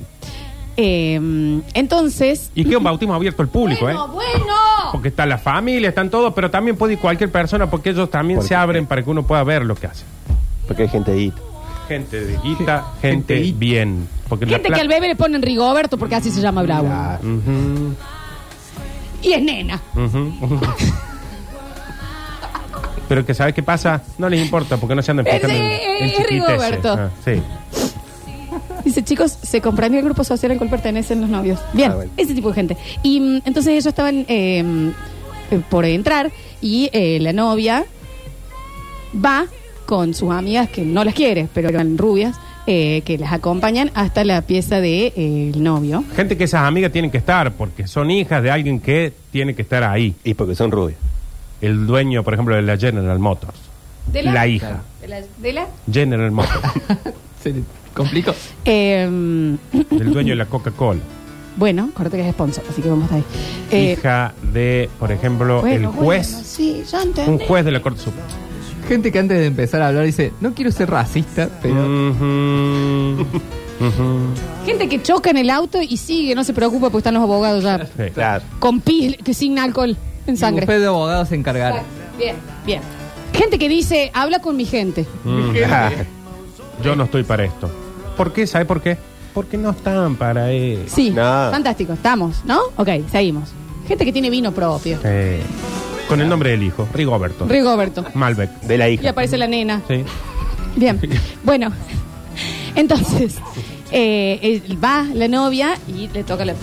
S7: Eh, entonces.
S3: Y que un bautismo abierto al público,
S7: bueno,
S3: ¿eh?
S7: bueno.
S3: Porque está la familia, están todos, pero también puede ir cualquier persona porque ellos también
S4: Porque-
S3: se abren para que uno pueda ver lo que hacen.
S4: Porque hay gente ahí.
S3: Gente de guita, gente,
S2: Gente guita.
S3: bien. Porque la
S7: Gente
S3: pla-
S7: que al bebé le ponen Rigoberto porque así se llama Bravo.
S3: Ujú,
S7: Y es nena.
S3: ujú, ujú. Pero que sabes qué pasa, no les importa porque no se andan
S7: Es-
S3: fijando en, en
S7: es- Eh, es
S3: chiquiteces.
S7: Rigoberto.
S3: Ah, sí.
S7: Dice, chicos, se comprendió el grupo social al cual pertenecen los novios. Bien,
S4: Ah, bueno.
S7: ese tipo de gente. Y mm, entonces ellos estaban eh, mm, eh, por entrar y eh, la novia va con sus amigas que no las quiere, pero eran rubias, eh, que las acompañan hasta la pieza del novio.
S3: Gente que esas amigas tienen que estar porque son hijas de alguien que tiene que estar ahí.
S4: Y porque son rubios.
S3: El dueño, por ejemplo, de la General Motors.
S7: De
S3: la... hija.
S7: De la, de la-
S3: General Motors.
S2: Se le complicó.
S7: Eh,
S3: del dueño de la Coca-Cola.
S7: bueno, corte que es sponsor, así que vamos hasta ahí. Eh,
S3: Hija de, por ejemplo,
S7: bueno,
S3: el juez.
S7: bueno, sí, ya
S3: Un
S7: entendí.
S3: juez de la Corte Suprema.
S2: Gente que antes de empezar a hablar dice, no quiero ser racista,
S3: Mm.
S2: pero
S3: Ujú, ujú.
S7: Gente que choca en el auto y sigue, no se preocupa porque están los abogados ya.
S3: Sí.
S4: Claro.
S7: Con pis, que sin alcohol, en
S2: un
S7: sangre.
S2: bufete de abogados se encargaron.
S7: Bien, bien. Gente que dice, habla con mi gente.
S3: Mm.
S4: Claro.
S3: Yo no estoy para esto. ¿Por qué? ¿Sabe por qué? Porque no están para e-. eso.
S7: Sí,
S4: No.
S7: fantástico, estamos, ¿no? Ok, seguimos. Gente que tiene vino propio.
S3: Eh, con el nombre del hijo, Rigoberto.
S7: Rigoberto.
S3: Malbec.
S4: De la
S7: Y
S4: hija.
S7: aparece la nena.
S3: Sí.
S7: Bien, bueno, entonces eh, él va la novia y le toca la...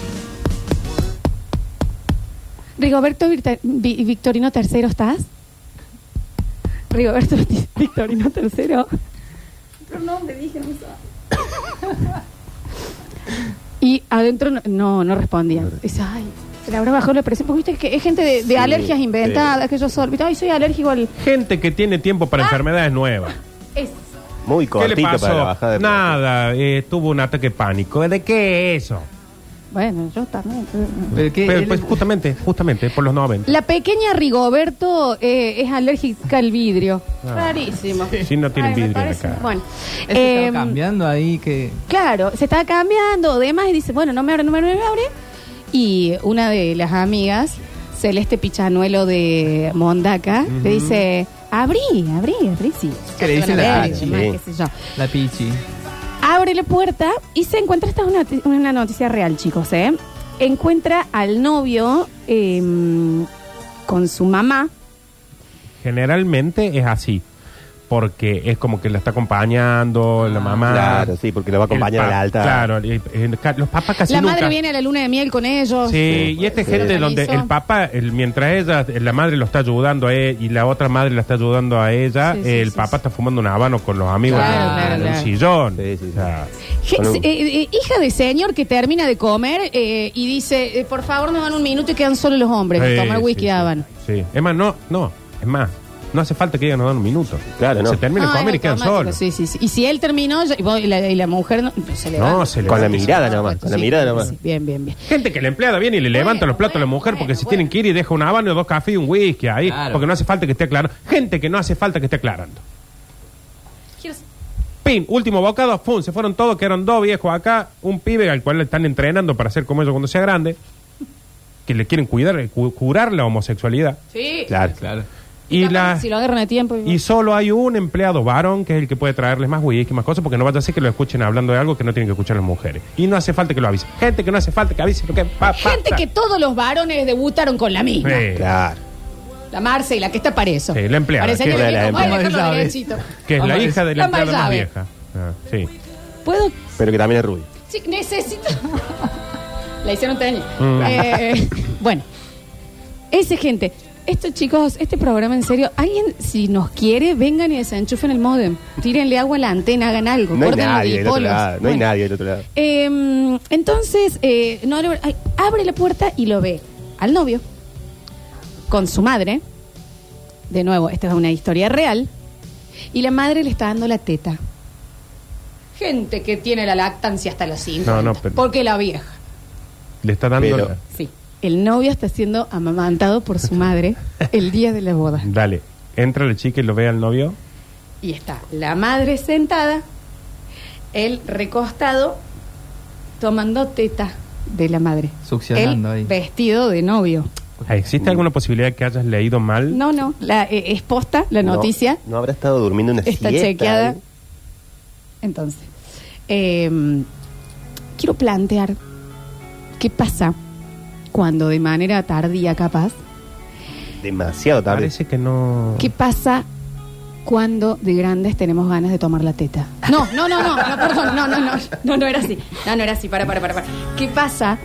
S7: Rigoberto Virta- Vi- Victorino III, ¿estás? Rigoberto Ti- Victorino III. Y adentro no, no, no respondían. Dice, ay, se le habrá bajado la presión. Porque viste que es gente de, de alergias inventadas, que yo soy, ay, soy alérgico al...
S3: Gente que tiene tiempo
S7: Ah.
S3: para enfermedades nuevas.
S7: Es,
S4: Muy
S3: ¿Qué le
S4: cortito para la
S3: pasó?
S4: bajada de
S3: Nada, eh, tuvo un ataque de pánico. ¿De qué eso?
S7: bueno, yo también.
S2: Pero que
S3: Pero,
S2: él-
S3: pues, justamente, justamente, por los 90.
S7: La pequeña Rigoberto eh, es alérgica al vidrio. Rarísimo.
S3: Ah. Sí, no tienen
S7: Ay,
S3: vidrio
S7: me
S3: en la
S7: parece-
S3: cara.
S7: Bueno,
S2: él se
S7: em,
S2: estaba cambiando ahí que...
S7: claro, se está cambiando, demás, y dice, bueno, no me abre, no me abre, no me abre. Y una de las amigas, Celeste Pichanuelo de Mondaca, le dice, abrí, abrí, abrí, sí.
S2: Que le dice
S7: Bueno,
S2: la-
S7: abrí,
S4: ah, sí.
S7: demás, qué sé yo.
S2: La pichi.
S7: Abre la puerta y se encuentra, esta es una, noti- una noticia real, chicos, ¿eh? Encuentra al novio em, con su mamá,
S3: Generalmente es así. Porque es como que la está acompañando, la mamá.
S4: Ah, Claro, sí, porque lo va a acompañar
S3: el
S4: al
S3: pa-
S4: altar.
S3: Claro, y- y- ca- los papás casi
S7: la
S3: nunca.
S7: madre viene a la luna de miel con ellos.
S3: Sí,
S4: Sí,
S3: y este
S4: sí.
S3: gente donde
S7: Organizó.
S3: el papá, el- mientras ella, la madre lo está ayudando a él y la otra madre la está ayudando a ella,
S7: Sí, sí,
S3: el
S7: sí,
S3: papá
S7: sí.
S3: está fumando un habano con los amigos
S7: Claro,
S3: en, el-
S7: claro,
S3: en el
S7: claro.
S3: sillón.
S4: Sí, sí, sí.
S3: O sea,
S7: Je-
S4: Con un-
S7: eh, eh, hija de señor que termina de comer eh, y dice, eh, por favor, nos dan un minuto y quedan solos los hombres.
S3: sí,
S7: a tomar
S3: sí,
S7: whisky
S3: sí.
S7: daban.
S3: Sí. Es más, no, no, es más, no hace falta que ellos nos dan un minuto.
S4: Claro, no.
S3: Se termina
S7: No,
S3: de comer
S7: es
S3: y quedan
S7: automático,
S3: solos.
S7: sí, sí, sí. Y si él terminó ya- y, vos- y la, y la mujer no, se levanta.
S3: No, se
S4: Con la
S3: levanta.
S4: mirada nomás, con la
S7: Sí,
S4: mirada
S7: sí,
S4: nomás.
S7: sí. Bien, bien, bien.
S3: Gente que la empleada viene y le
S7: Bueno,
S3: levanta los platos a la
S7: bueno,
S3: mujer porque
S7: bueno,
S3: si
S7: bueno.
S3: tienen que ir y deja un habano, dos cafés y un whisky ahí,
S2: Claro.
S3: porque no hace falta que esté aclarando. Gente que no hace falta que esté aclarando.
S7: Quiero-
S3: Pin, último bocado, pum, se fueron todos, quedaron dos viejos acá, un pibe al cual le están entrenando para ser como ellos cuando sea grande, que le quieren cuidar, eh, cu- curar la homosexualidad.
S7: Sí.
S4: Claro.
S2: Claro.
S3: Y,
S7: Eh, Capaz
S3: la,
S7: que Si lo agarran a tiempo.
S3: y solo hay un empleado varón que es el que puede traerles más whisky, más cosas, porque no vaya a ser que lo escuchen hablando de algo que no tienen que escuchar las mujeres. Y no hace falta que lo avisen. Gente que no hace falta que avisen. Lo que pa-
S7: Gente
S3: pasa.
S7: que todos los varones debutaron con la misma.
S3: Eh,
S4: Claro.
S7: La Marce y la que está para eso.
S3: Sí, la empleada,
S7: Parece
S3: que
S7: que
S4: es la
S7: viene como, "Ay,
S4: empleada.
S7: dejarlo
S2: Llave.
S7: derechito".
S3: que es la
S2: Hombre,
S3: hija de
S7: la
S3: la empleada más
S7: llave.
S3: vieja. Ah, sí.
S7: ¿Puedo
S4: Pero que también es rubio.
S7: Sí, necesito. La hicieron tenis.
S3: Mm.
S7: Eh, bueno, esa gente Esto, chicos, este programa en serio, alguien, si nos quiere, vengan y desenchufen el modem. Tírenle agua a la antena, hagan algo.
S4: No hay
S7: corten los
S4: nadie del otro
S7: dipolos.
S4: lado. No hay
S7: Bueno.
S4: nadie del otro lado.
S7: Eh, entonces, eh, no, no, ay, abre la puerta y lo ve al novio con su madre. De nuevo, esta es una historia real. Y la madre le está dando la teta. Gente que tiene la lactancia hasta los 50.
S3: No, no, pero-
S7: Porque la vieja.
S3: Le está dando.
S4: Pero-
S7: Sí. El novio está siendo amamantado por su madre el día de la boda.
S3: Dale. Entra la chica y lo ve al novio.
S7: Y está la madre sentada, él recostado, tomando teta de la madre.
S2: Succionando
S7: Él
S2: ahí.
S7: Vestido de novio.
S3: ¿Existe alguna posibilidad que hayas leído mal?
S7: No, no, la, eh, es posta la
S4: No,
S7: noticia,
S4: No, habrá estado durmiendo una
S7: está
S4: siesta,
S7: chequeada.
S4: ¿eh?
S7: Entonces, eh, quiero plantear qué pasa cuando de manera tardía capaz,
S4: Demasiado tarde.
S3: Parece que no.
S7: qué pasa cuando de grandes tenemos ganas de tomar la teta. No, no, no, no, no, perdón, no, no, no, no, no era así, no, no era así, para, para, para, para. ¿Qué pasa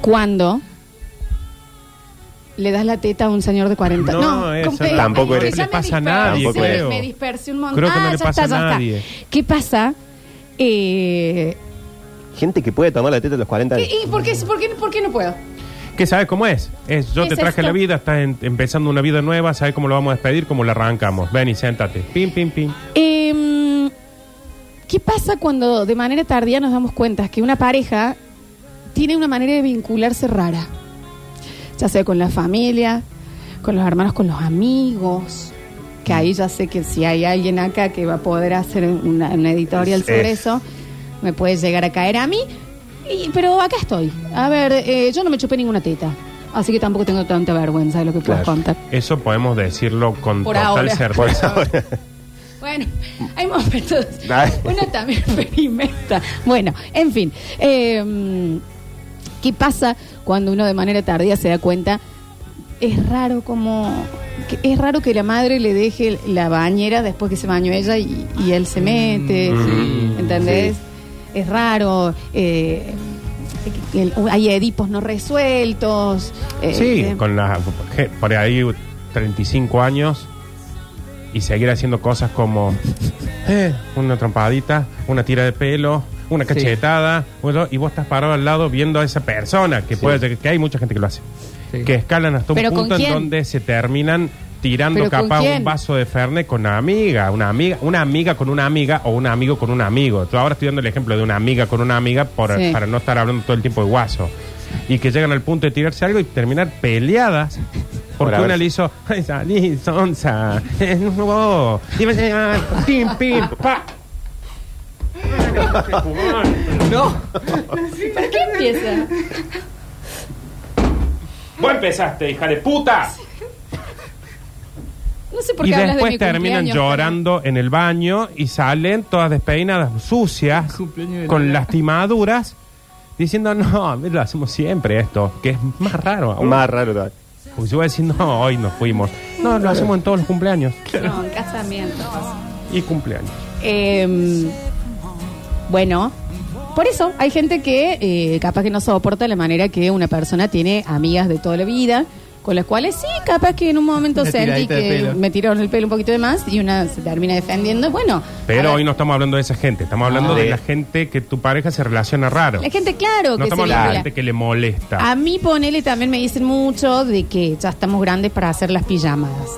S7: cuando le das la teta a un señor de 40?
S3: No, eso
S7: ¿cómo que-
S4: tampoco eres-
S7: ya
S3: le
S7: me
S3: pasa a
S7: dispersé,
S3: nadie,
S4: Tampoco
S3: creo.
S7: Me dispersé un montón.
S3: Creo que no
S7: Ah,
S3: le
S7: ya
S3: pasa
S7: está,
S3: a
S7: ya
S3: nadie.
S7: está. ¿Qué pasa? Eh,
S4: Gente que puede tomar la teta a los 40 años.
S7: ¿Y y por qué, por qué- por qué no puedo?
S3: ¿Qué sabes cómo es? Es yo
S7: ¿Qué
S3: te
S7: es
S3: traje
S7: esto?
S3: la vida, estás en- empezando una vida nueva, sabes cómo lo vamos a despedir, cómo la arrancamos. Ven y siéntate. Pim, pim, pim.
S7: Em, ¿Qué pasa cuando de manera tardía nos damos cuenta que una pareja tiene una manera de vincularse rara? Ya sea con la familia, con los hermanos, con los amigos. Que ahí ya sé que si hay alguien acá que va a poder hacer una, una editorial
S4: Es-
S7: sobre
S4: es.
S7: eso, me puede llegar a caer a mí. Y- pero acá estoy. A ver, eh, yo no me chupé ninguna teta. Así que tampoco tengo tanta vergüenza de lo que puedo
S4: Claro.
S7: contar.
S3: Eso podemos decirlo con
S7: Por
S3: total
S7: ahora.
S4: Por
S3: certeza.
S4: ahora.
S7: Bueno, hay momentos.
S4: Ay.
S7: Uno también experimenta. Bueno, en fin. eh, ¿Qué pasa cuando uno de manera tardía se da cuenta? Es raro como. que- Es raro que la madre le deje la bañera después que se bañó ella y, y él se mete.
S2: Mm,
S7: ¿Entendés? Es raro. eh, el- hay edipos no resueltos. eh,
S3: Sí,
S7: eh,
S3: con la, je- por ahí 35 años y seguir haciendo cosas como eh, una trompadita, una tira de pelo, una
S2: Sí.
S3: cachetada, bueno, y vos estás parado al lado viendo a esa persona, que
S2: Sí.
S3: puede ser- que hay mucha gente que lo hace,
S2: Sí.
S3: que escalan hasta un
S7: ¿Pero con
S3: punto en
S7: quién?
S3: donde se terminan tirando
S7: ¿Pero con
S3: capaz
S7: quién?
S3: un vaso de ferne con una amiga, una amiga, una amiga con una amiga o un amigo con un amigo. Yo ahora estoy dando el ejemplo de una amiga con una amiga por-
S7: Sí.
S3: para no estar hablando todo el tiempo de guaso. Y que llegan al punto de tirarse algo y terminar peleadas. Porque
S4: Por haber-
S3: una le hizo, "Ay, salí, sonza, eh, no, vos, dime, eh, pim, pim, pa".
S2: No.
S7: ¿Por qué empieza?
S3: Vos empezaste, hija de puta.
S7: No sé por
S3: Y
S7: qué hablas de
S3: después
S7: mi
S3: terminan
S7: cumpleaños,
S3: llorando en el baño y salen todas despeinadas, sucias,
S2: Cumpleaños de
S3: con
S2: Lola.
S3: lastimaduras, diciendo, no, a mí lo hacemos siempre esto, que es más raro. aún.
S4: Más raro todavía.
S3: Porque yo voy a decir, no, hoy nos fuimos. No, lo hacemos en todos los cumpleaños.
S7: pero- No, en casamiento.
S3: Y cumpleaños.
S7: Eh, bueno, por eso hay gente que eh, capaz que no soporta la manera que una persona tiene amigas de toda la vida, con las cuales sí, capaz que en un momento
S2: Una
S7: sentí
S2: tiradita de
S7: que
S2: pelo.
S7: me tiraron el pelo un poquito de más y una se termina defendiendo. Bueno, a
S3: Pero
S7: ver,
S3: hoy no estamos hablando de esa gente, estamos hablando
S4: No.
S3: de la gente que tu pareja se relaciona raro.
S7: la gente, claro,
S3: No
S7: que se Ah,
S3: estamos hablando de
S7: vincula.
S3: la gente que le molesta.
S7: A mí, ponele, también me dicen mucho de que ya estamos grandes para hacer las pijamadas.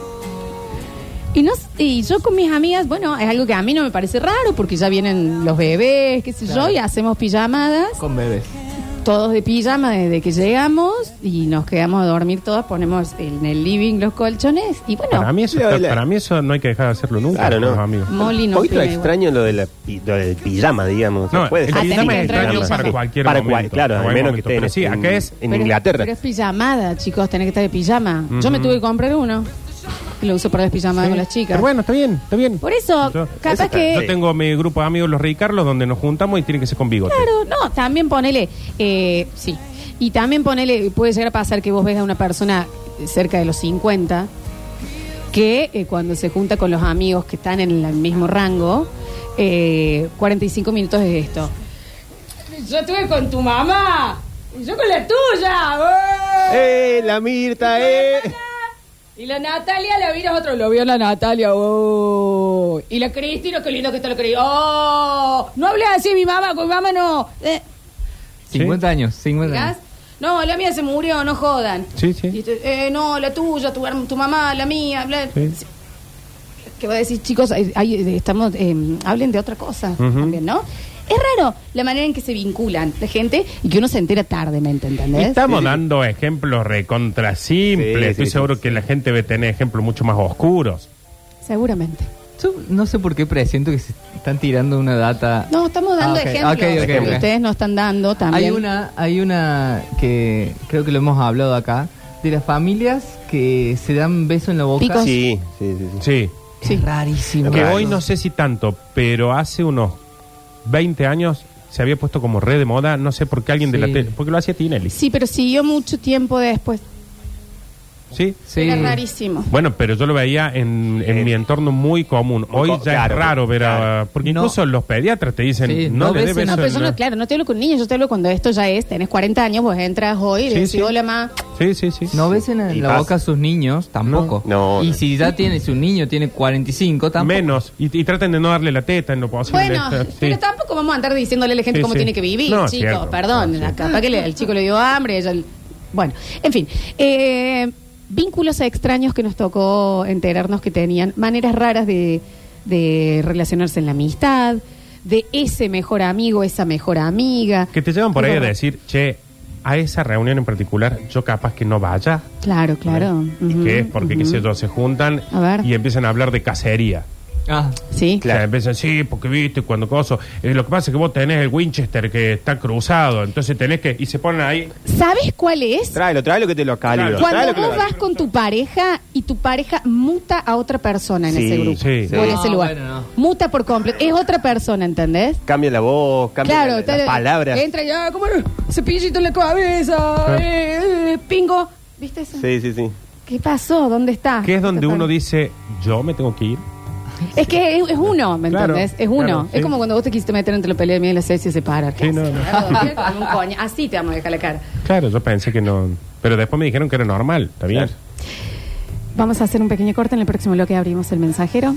S7: Y, no, y yo con mis amigas, bueno, es algo que a mí no me parece raro porque ya vienen los bebés, qué sé
S2: Claro.
S7: yo, y hacemos pijamadas,
S2: Con bebés.
S7: todos de pijama desde que llegamos y nos quedamos a dormir todas, ponemos en el living los colchones y
S3: Para
S7: bueno,
S3: mí, eso
S4: Sí,
S3: está-
S4: hola.
S3: para mí eso no hay que dejar de hacerlo nunca,
S4: Claro, no.
S3: no. amigos.
S7: Molly no
S4: Hoy lo
S7: opina igual.
S4: extraño lo, de la pi- lo del pijama, digamos.
S3: No,
S4: Se puede
S3: el Ah,
S4: ser
S7: pijama
S4: sin
S7: es extraño para
S3: cualquier
S4: Para
S3: momento,
S4: claro,
S3: para
S4: al
S3: cualquier
S4: menos que
S3: momento,
S4: estén
S3: pero sí,
S4: en,
S3: acá es-
S4: en
S7: Pero-
S4: Inglaterra.
S7: Pero es pijamada, chicos, tenés que estar de pijama. Yo me tuve que comprar uno. Y lo uso para las pijamadas con las chicas.
S3: Pero bueno, está bien, está bien.
S7: Por eso,
S3: Yo-
S7: capaz
S4: está-
S7: que...
S3: Yo tengo mi grupo de amigos, los Ricarlos, donde nos juntamos y tienen que ser con bigote.
S7: Claro, no, también ponele, eh, sí, y también ponele, puede llegar a pasar que vos ves a una persona cerca de los 50 que eh, cuando se junta con los amigos que están en el mismo rango, eh, 45 minutos es esto. Yo estuve con tu mamá, y yo con la tuya. ¡Oh!
S4: ¡Eh, la Mirta, eh!
S7: Y la Natalia la vira otro, lo vio la Natalia, oh. Y la Cristina, qué lindo que está la Cristina, oh. No hables así, mi mamá, con mi mamá no. Eh,
S2: 50 años, 50
S7: ¿mirás?
S2: años.
S7: No, la mía se murió, no jodan.
S3: Sí, sí.
S7: Y te- eh, no, la tuya, tu, herma- tu mamá, la mía, bla.
S3: Sí.
S7: Sí. Que va a decir, chicos, ay, ay, estamos, eh, hablen de otra cosa
S3: Ujú.
S7: también, ¿no? Es raro la manera en que se vinculan la gente y que uno se entera tarde, ¿me entendés?
S3: Estamos dando ejemplos recontra simples.
S4: Sí, sí,
S3: Estoy
S4: sí.
S3: seguro que la gente debe tener ejemplos mucho más oscuros.
S7: Seguramente.
S2: Yo no sé por qué presiento que se están tirando una data.
S7: No, estamos dando
S2: Ah, ok,
S7: ejemplos
S2: ok, ok,
S7: que
S2: ok.
S7: ustedes no están dando también.
S2: Hay una, hay una que creo que lo hemos hablado acá, de las familias que se dan beso en la boca.
S7: Picos.
S4: Sí, sí, sí. sí.
S3: Sí.
S2: Es
S7: Sí.
S2: rarísimo.
S3: Que hoy no sé si tanto, pero hace unos 20 años se había puesto como red de moda. No sé por qué alguien de la
S2: Sí.
S3: tele. Porque lo hacía Tinelli.
S7: Sí, pero siguió mucho tiempo después.
S3: Sí.
S2: Sí.
S7: Era rarísimo.
S3: Bueno, pero yo lo veía en, en mi entorno muy común. Hoy
S4: Co-
S3: ya
S4: claro,
S3: es raro ver a-
S4: claro.
S3: Porque
S2: No.
S3: incluso los pediatras te dicen,
S2: Sí,
S3: no,
S2: dos
S3: le
S2: veces
S3: debes...
S7: No, pero yo no, claro, no te hablo con niños, yo te hablo cuando esto ya es, tenés 40 años, vos entras hoy y le
S3: Sí,
S7: decís,
S3: sí.
S7: hola, ma.
S3: Sí, sí, sí.
S2: No besan
S4: Y
S2: en la
S4: pasa.
S2: boca a sus niños, tampoco.
S4: No, no.
S2: Y si ya tiene, si un niño tiene 45, tampoco.
S3: Menos. Y, y traten de no darle la teta en lo posible.
S7: Bueno,
S3: Sí.
S7: pero tampoco vamos a andar diciéndole a la gente
S3: Sí,
S7: cómo
S3: sí.
S7: tiene que vivir,
S3: No, es
S7: chicos,
S3: cierto.
S7: perdón.
S3: No, sí.
S7: Capaz que le- el chico le dio hambre, ella... le- Bueno, en fin. eh, vínculos extraños que nos tocó enterarnos que tenían, maneras raras de, de relacionarse en la amistad, de ese mejor amigo, esa mejor amiga.
S3: Que te llevan por ahí a
S7: Claro.
S3: decir, che, a esa reunión en particular yo capaz que no vaya.
S7: Claro, claro.
S3: ¿Y
S7: Ujú,
S3: ¿Qué es? Porque, qué
S7: ujú.
S3: sé yo, se juntan
S7: A ver.
S3: y empiezan a hablar de cacería.
S2: Ah,
S7: Sí.
S3: O sea, empiezan, sí, porque viste, cuando coso. eh, lo que pasa es que vos tenés el Winchester que está cruzado, entonces tenés que. Y se ponen ahí.
S7: ¿Sabes cuál es?
S4: Tráelo, tráelo que te lo calibro.
S7: Cuando
S4: tráelo que
S7: vos
S4: lo
S7: vas
S4: calibro.
S7: con tu pareja y tu pareja muta a otra persona en
S4: Sí,
S7: ese grupo
S3: sí.
S7: o en
S2: No,
S7: ese lugar.
S2: Ah, bueno, no.
S7: Muta por completo. Es otra persona, ¿entendés?
S4: Cambia la voz, cambia
S7: claro,
S4: la-
S7: está-
S4: las palabras.
S7: Entra ya, como cepillito en la cabeza,
S3: Ah.
S7: eh, eh, pingo. ¿Viste eso?
S4: Sí, sí, sí.
S7: ¿Qué pasó? ¿Dónde está?
S3: Que es donde
S7: Está
S3: uno
S7: tan-
S3: dice, yo me tengo que ir.
S7: Es que es, es uno, ¿me
S3: Claro,
S7: entendés? Es uno.
S3: claro,
S7: Es
S3: sí.
S7: como cuando vos te quisiste meter entre la pelea de mí y la Ceci y separar. ¿Qué
S3: Sí, no,
S7: haces?
S3: no.
S7: Claro, con un coño. Así te vamos a dejar la cara.
S3: Claro, yo pensé que no. Pero después me dijeron que era normal, está bien.
S4: Claro.
S7: Vamos a hacer un pequeño corte en el próximo bloque abrimos el mensajero.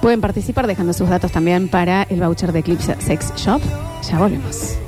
S7: Pueden participar dejando sus datos también para el voucher de Eclipse Sex Shop. Ya volvemos.